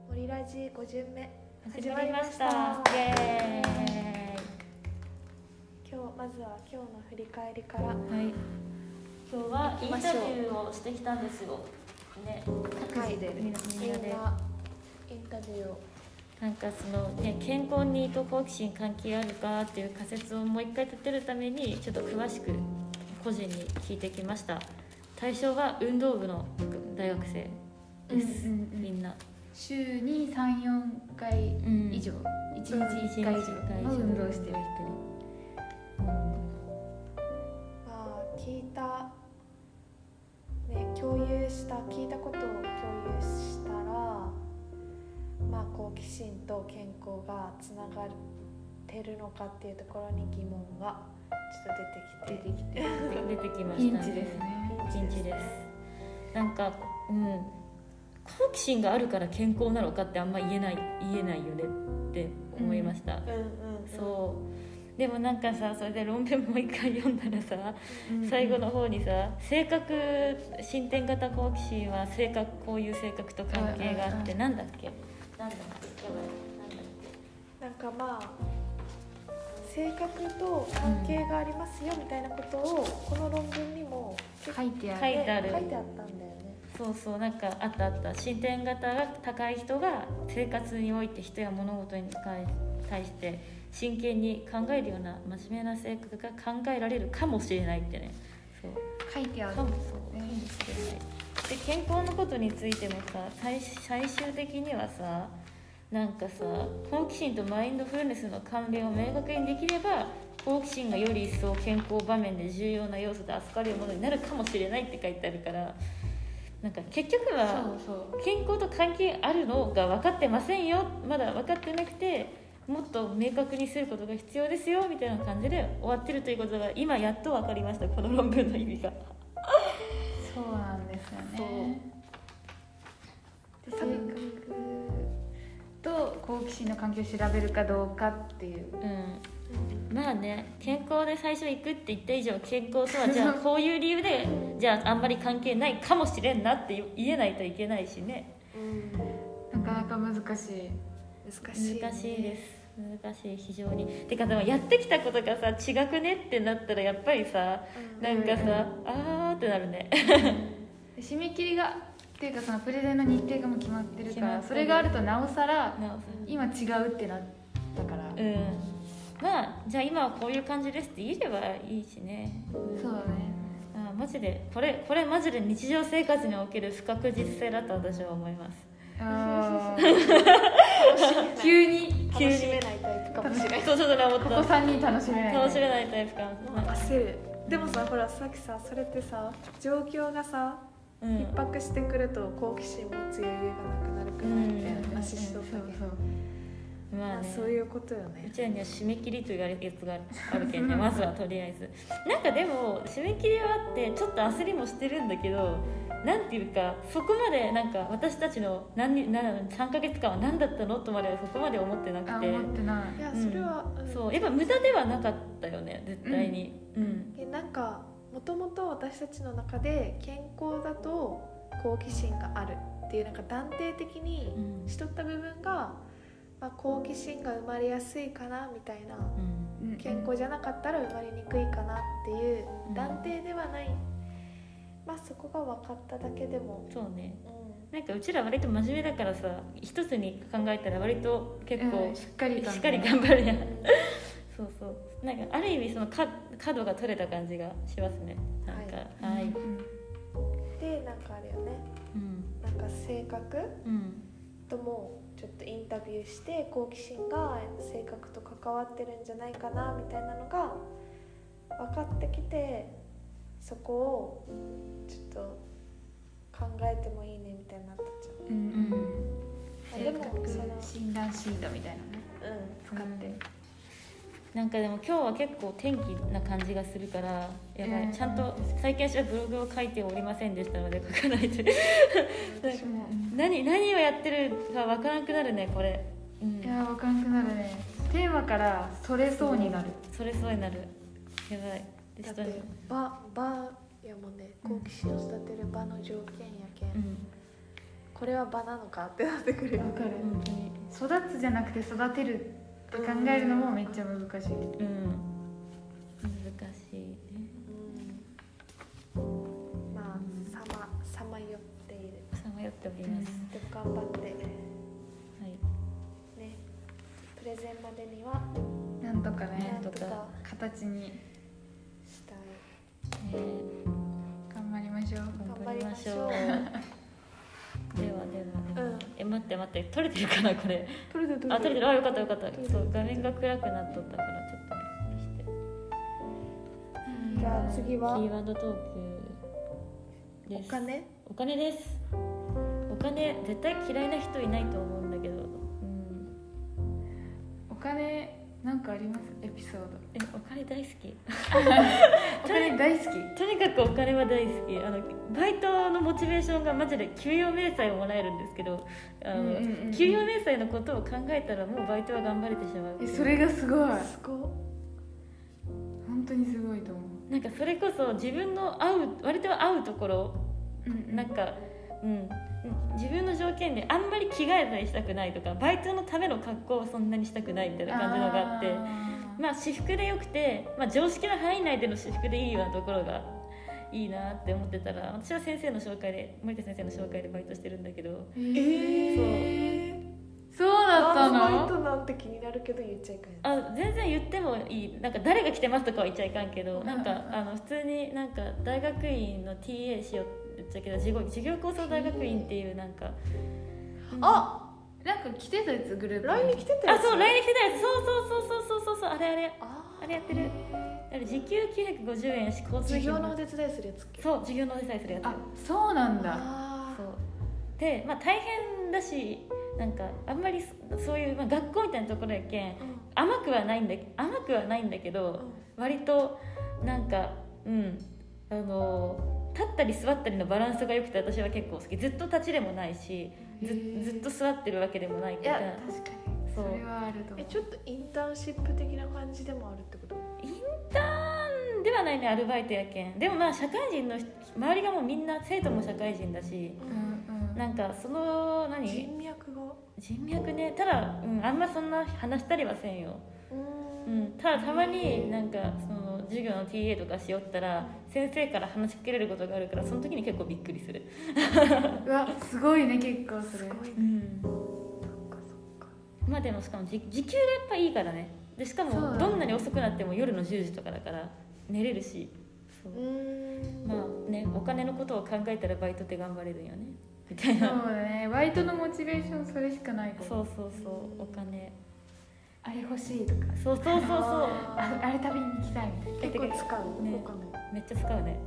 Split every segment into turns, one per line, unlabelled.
第50目
始まりましたイエ
今日まずは今日の振り返りから
ーイはい今日はインタビューをしてきたんですよね各自で、
はい
みんな
み
みん
ん
なで
なインタビューを
なんかそのね健康にと好奇心関係あるかっていう仮説をもう一回立てるためにちょっと詳しく個人に聞いてきました対象は運動部の大学生です、
うんうんうん
みんな
週に34回
うん
以上、一
うん
日1回以上の運動をしてる
まあ聞いたね共有した聞いたことを共有したらまあ好奇心と健康がつながってるのかっていうところに疑問がちょっと
人
出
出
てきて
てき
出
て
てきま
ピ
し
ン
た
チですね
一日ですなんかうん好奇心があるから健康なのかってあんま言えない言えないよねって思いました、
うんうんうん
そうでもなんかさそれで論文もう一回読んだらさ、最後の方にさ性格進展型好奇心は性格こういう性格と関係があって、
うん
なんだっけなんだっけやばいなんだっ
なんかまあ性格と関係がありますよみたいなことをこの論文にも
書いてある、
書いてある
書いてあったんだよね。
けそうそうなんかあったあった進展型が高い人が生活において人や物事に対対して真剣に考えるような真面目な性格が考えられるかもしれないってねそう
書いてある
かもそうかもしれないで健康のことについてもさ最最終的にはさなんかさ好奇心とマインドフルネスの関連を明確にできれば好奇心がより一層健康場面で重要な要素で扱われるものになるかもしれないって書いてあるからなんか結局は
そうそう
健康と関係あるのが分かってませんよまだ分かってなくてもっと明確にすることが必要ですよみたいな感じで終わってるということが今やっと分かりましたこの論文の意味が。
そうなんですよねで性格と好奇心の関係を調べるかどうかっていう
うん
うん
まあね健康で最初行くって言った以上健康とはじゃあこういう理由でじゃああんまり関係ないかもしれんなって言えないといけないしね
なかなか難しい
難しい、ね、
難しいです難しい非常にてかでもやってきたことがさ違くねってなったらやっぱりさ
うん
なんかさあーってなるね
で締め切りがっていうかそのプレゼンの日程がもう決まってるか
決まっ
ら
てる
それがあるとなおさら
なおさ
今違うってなったから、
らうんまあじゃあ今はこういう感じですって言えればいいしねん
そうだね
あーマジでこれこれマジで日常生活における不確実性だと私は思います
あー
楽し
急に
めない楽しめないタイプかもしれない。
そうそうそう思っ
ここ
た
3人楽しめない
楽しめないタイプかも
焦るでもさほらさっきさそれってさ状況がさ
うん
逼迫してくると好奇心も強い余裕がなくなるくないみたいな話しとった
そう
けど、
そう
ま
ま
あ
あ
ね
そういうことよね
うちらには締め切りというやつがあるけんねまずはとりあえずなんかでも締め切りはあってちょっと焦りもしてるんだけどなんていうかそこまでなんか私たちの何にな3ヶ月間は何だったのとまではそこまで思ってな
あ
くて
思ってない
いや
うん
それは、うん
そうやっぱ無駄ではなかったよね絶対にうん、
えなんかもともと私たちの中で健康だと好奇心があるっていうなんか断定的に
うん
しとった部分が、まあ、好奇心が生まれやすいかなみたいな
うん
うん
健康じゃなかったら生まれにくいかなっていう
うん
断定ではない、まあそこが分かっただけでも、
そうね
う
なんかうちら割と真面目だからさ一つに考えたら割と結構
うんしっかりと
しっかり頑張るやん そうそうなんかある意味そのか角が取れた感じがしますねなんか
うん
はい、
うん
ん、でなんかあれよね
うん
なんか性格
うん
ともちょっとインタビューして好奇心が性格と関わってるんじゃないかなみたいなのが分かってきてそこをちょっと考えてもいいねみたいになってちゃう
う
うんん
あでもそのうん
診断シートみたいなのね使って、
なんかでも今日は結構天気な感じがするからやばい、
うん
ちゃんと最近私はブログを書いておりませんでしたので書かない と
私も、
何何をやってるかわからなくなるねこれ、うん
いやーわかんなくなるねテーマからそれそうになる、
それそうになるやばいで
だっ
ちょっと
て場場やもんね好奇心を育てる場の条件やけん、
うん
これは場なのかってなってくるよ
わかる
本当に
育つじゃなくて育てるって考えるのもめっちゃ難しい、
うん難しいね
うんまあさまさまよっている
さまよっております、
でも頑張って
はい
ねプレゼンまでには
なんとか
な
ね
んと
とか
か
形に
したい
え
頑張りましょう
ー
頑
頑
張
張
り
り
ま
ま
し
し
ょう
ょうではではでは、
うん
え待って待って取れてるかなこれ
取れてる
あ取れてるあよかったよかった
取れてる
そう画面が暗くなっとったからちょっと見して
じゃあ次は
キーワードトーク
お
です
金
お金ですお金絶対嫌いな人いないと思うんだけど、うん、
お金なんかありますエピソード
えお金大好き
お金大好き
とにかくお金は大好きあのバイトのモチベーションがマジで給与明細をもらえるんですけどあの、
うんうんうんうん
給与明細のことを考えたらもうバイトは頑張れてしまう
えそれがすごい
すごっ
本当にすごいと思う
なんかそれこそ自分の合う割と合うところ
うん
なんかうん自分の条件であんまり着替えたりしたくないとかバイトのための格好をそんなにしたくないみたいな感じのがあってまあ私服でよくて、まあ、常識の範囲内での私服でいいようなところがいいなって思ってたら私は先生の紹介で森田先生の紹介でバイトしてるんだけど
え
え
そうだった
バイ
の
トなんて気になるけど言っちゃいかんや
あ全然言ってもいいなんか誰が来てますとかは言っちゃいかんけどなん
うんう
か
んうん
あの普通になんか大学院の TA しようって言っちゃうけど事業事業構想大学院っていうなんか、うん
あ
なんか来てたやつグループ
LINE に来てた
あそう
イン
来年来てたやつそうそうそうそうそうそうあれあれ
あー
あれやってるあれ時給950円やし交通
授
費
業
も
のお手伝いするやつっけ
そう授業のお手伝いするやつ
あそうなんだ
あ
そうでまあ大変だしなんかあんまりそそういう、まあ、学校みたいなところやけん
ーうん
甘くはないんだ甘くはないんだけど割となんかうんあの立ったり座ったりのバランスが良くて私は結構好きずっと立ちでもないしず
へー
ずっと座ってるわけでもない
い
か
や
ら
確かに
そ
そうれはあると思
え
う
ちょっとインターンシップ的な感じでもあるってこと
インターンではないねアルバイトやけんでもまあ社会人の人周りがもうみんな生徒も社会人だし
うんうん
なんかその何
人脈が
人脈ねただ、うん、あんまそんな話したりはせんよ、
う
うんん、ただたまになんかその授業の TA とかしよったら先生から話しかけられることがあるからその時に結構びっくりする、
うわすごいね結構そ
す
れ
ごいね
ん、
そっかそっか
まあでもしかもじ時給がやっぱいいからねでしか
そうだ
も
ね
どんなに遅くなっても夜の10時とかだから寝れるしそう
うん
まあねお金のことを考えたらバイトって頑張れるよねみたい
そう
な
だねバイトのモチベーションそれしかないか
そ
も
うそうそうお金
あれ欲しいとか
そうそうそうそう
あ
あ
あれ食べに行きたいみたいな
ー結構使う
ね
お金
めっちゃ使うね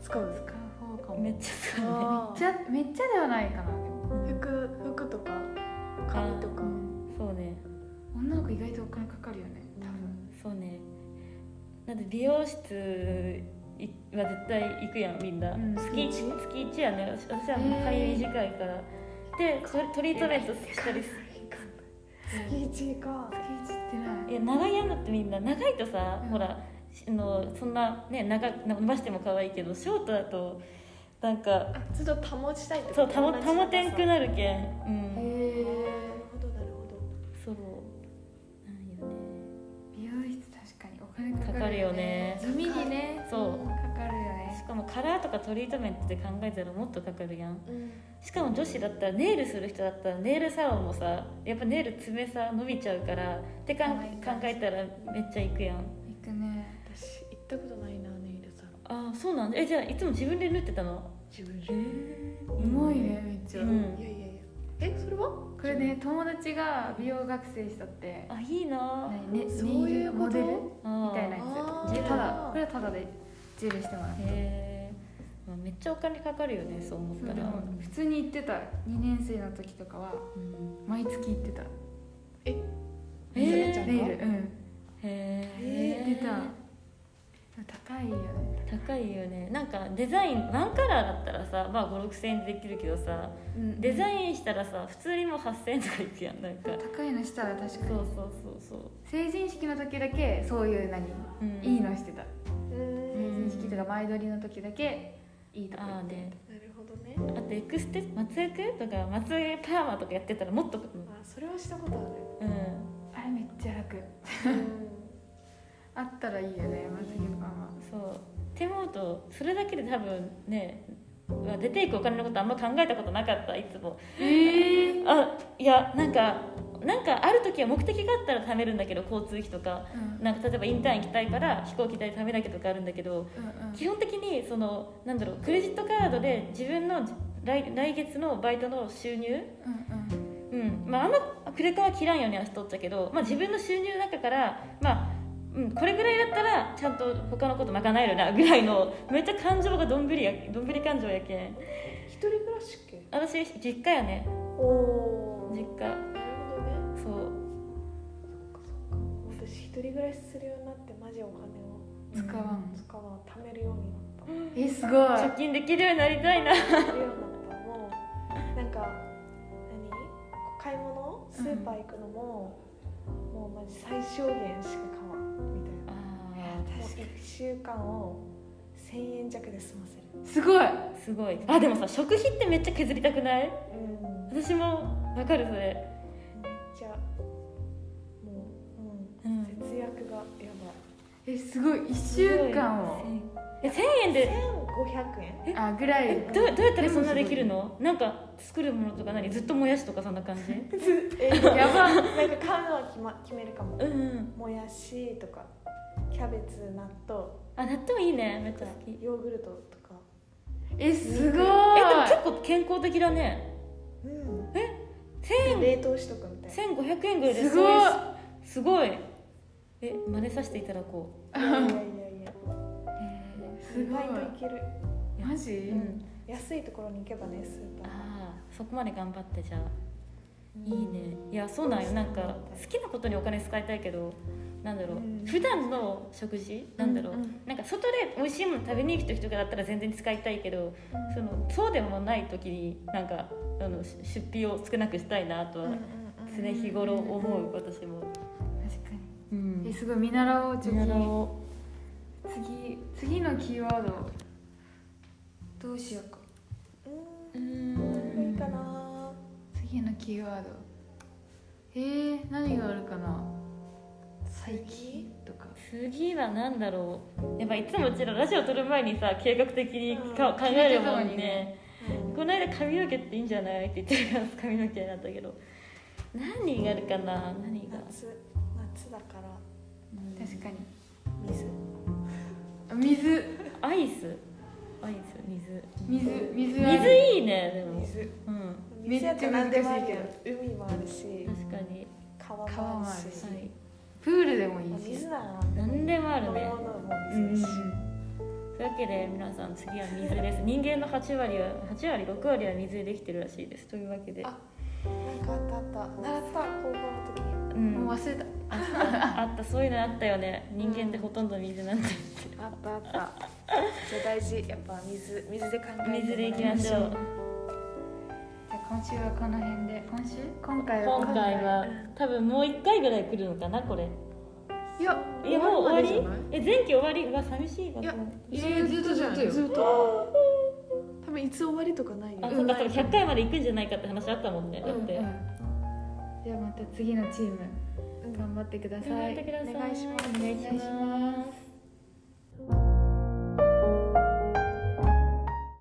使う
使う方かも
め
め
っ
っ
ちゃ使うね
あ
ち
ー
ゃめっちゃではないかなでも
服服とか髪とか
そうね
女の子意外とお金かかるよね多分
そうねなんで美容室いは絶対行くやんみんな、
うん
月
月一
1, 月一やね私はもう髪短いから、でそれトリートメントしたりす
月一か
月一ってない
いや長いやんだってみんな長いとさ、
うん
ほらしあのそんなね長く伸ばしても可愛いけどショートだとなんか
あちょっと保ちたいって
そ
こ
う
と
たも保てんくなるけんう
へ
ん、
ー
へ
なる
え
ほどなるほど
そうなんよね
美容室確かにお金かかる
か
地味にね
そう
かかるよ
し
ね
かもカラーとかトリートメントって考えたらもっとかかるやん
うん
しかも女子だったらネイルする人だったらネイルサロンもさやっぱネイル爪さ伸びちゃうからってかん
可愛い
考
感じ
えたらめっちゃ行くやん
行くね
私行ったことないなネイルサロン
ああそうなんだえじゃあいつも自分で縫ってたの
自分で
え
うまいねめっちゃ、
うん
いやいやいやえそれは
これね友達が美容学生しとって
あいいな
何ね
そういうこと
モデル
み
みたいなや
あ
つ
ー
でただこれはただでジェルしてもらった
へえ、まあ、めっちゃお金かかるよねそう思っ
そう
た
で
ら
も普通に行ってた2年生の時とかは
うん
毎月行ってた
え
ネイルちゃんが
ー
ネイルうん
へ
行って
え
た高いよね
高いよねなんかデザインワンカラーだったらさまあ5 6千円でできるけどさデザ
ン
インしたらさ普通にもう8,000円とかいくやんなんか
高いのしたら確か
そう
に
そうそうそう
成人式の時だけそういう何
うん
いいのしてた
う
成
ん
人式とか前撮りの時だけいいとこ行
ああ
って、
ね
なるほどね
あとエクステ松江くんとか松江パーマとかやってたらもっとう
あそれはしたことあ
ん
あれめっちゃ楽
る、
あったらいいよねまずパンは
そうって思うとそれだけで多分ねうわ出ていくお金のことあんま考えたことなかったいつも
ええ
あいやなんかなんかある時は目的があったら貯めるんだけど交通費とか
うん
なんか例えばインターン行きたいから飛行機代貯めなきゃとかあるんだけど
うんうん
基本的にそのなんだろうクレジットカードで自分の来来月のバイトの収入
うん
うんまあ、あんまクレカは切らんようにはしとったけど、まあ、自分の収入の中から、まあうん、これぐらいだったらちゃんと他のこと賄えるなぐらいのめっちゃ感情がどんぶりやどんぶり感情やけん
一人暮らしっけ
私実家やね
おお
実
な
家
るほどね
そう
私一人暮らしするようになってマジお金を
うん使わ
うん
ん
使わん貯めるようになった
えすごい
貯金できるようになりたいな
するようになったもうなんか何買い物スーパー行くのも、もうマジ最小限しか買わんみたいなもう1週間を1000円弱で済ます
ごい
すごいあでもさ食費ってめっちゃ削りたくない
せるうんめっ
私もわかるそれ
ちゃもう、う
う
ん
ん
節約がやば
えすごい1週間
す
を
ごいえ1000円で
1500円
あぐら
え
い
どうどうやったらそんなできるのなんか作るものとか何ずっともやしとかそんな感じ
え
や
な
ば
んか買うのは決,、ま、決めるかも
うんうん
もやしとかキャベツ納豆
あ納豆いいねめっちゃ好きえで
ヨーグルトとか
えすごい
も結構健康的だね
うん
1000
冷凍しとくみたいな
1500円ぐらいです
ごい
すごいえ真似させていただこ
いやいやいやいや
う
す
意
ごい
外といける
マジ、
えーうん
安いところに行けばねスーパー
ああそこまで頑張ってじゃあい
うん
いねいやそうなんよなんか好きなことにお金使いたいけどなんだろう、
うん
普段の食事なんだろう、
うん
なんか外で美味しいもの食べに行く時とかだったら全然使いたいけどそのそうでもない時になんかあのし出費を少なくしたいなとは常日頃思う私も、
確か
う
にえ
ん、
すごい見習おう次
見習お
次次のキーワードどうしようか
う
うん
いい
ん
かな
次のキーワードえー、何があるかな最近とか
次は何だろうやっぱいつもうちらラジオ撮る前にさ計画的にか考えるも
決めてたの
ん
にね
ねこの間髪の毛っていいんじ ゃないって言ってるから髪の毛になったけど何があるかな何が
夏夏だから
確かに
水
あ水
アイスアイス水
水水ある
水いいねでも
水
うん
水やったら何でもあるけ
めっち
ど海もあるし
確かに
川もあるし
川
はい
プールでもい
まあ
いし
水なら
何でもある
飲み
ね
物も
うんうんう
水だ
ん
し
というわけで皆さん次は水です人間の8割は8割6割は水でできてるらしいですというわけで
あなんかあったあった習った高校の時
う
も
ん
う
あ
忘れた
ったあったそういうのあったよね人間ってほとんど水なんて
あったあ ったじゃあ大事やっぱ水水で考えてもらい
水でいきま しょう
じゃあ今週はこの辺で今週今回は
今回は多分もう1回ぐらい来るのかなこれ
いや
いやもう終わ
終
り
わり
え前期終わりうわ寂しいわ
いや
あ
いやいやずっとじゃない
ずっと多分いつ終わりとかないよ
そうかそうか100回まで行くんじゃないかって話あったもんねだっ
うん
て
じゃあまた次のチーム
うん
頑張ってくださ
頑張っ
い
てください
お願いします
お願いします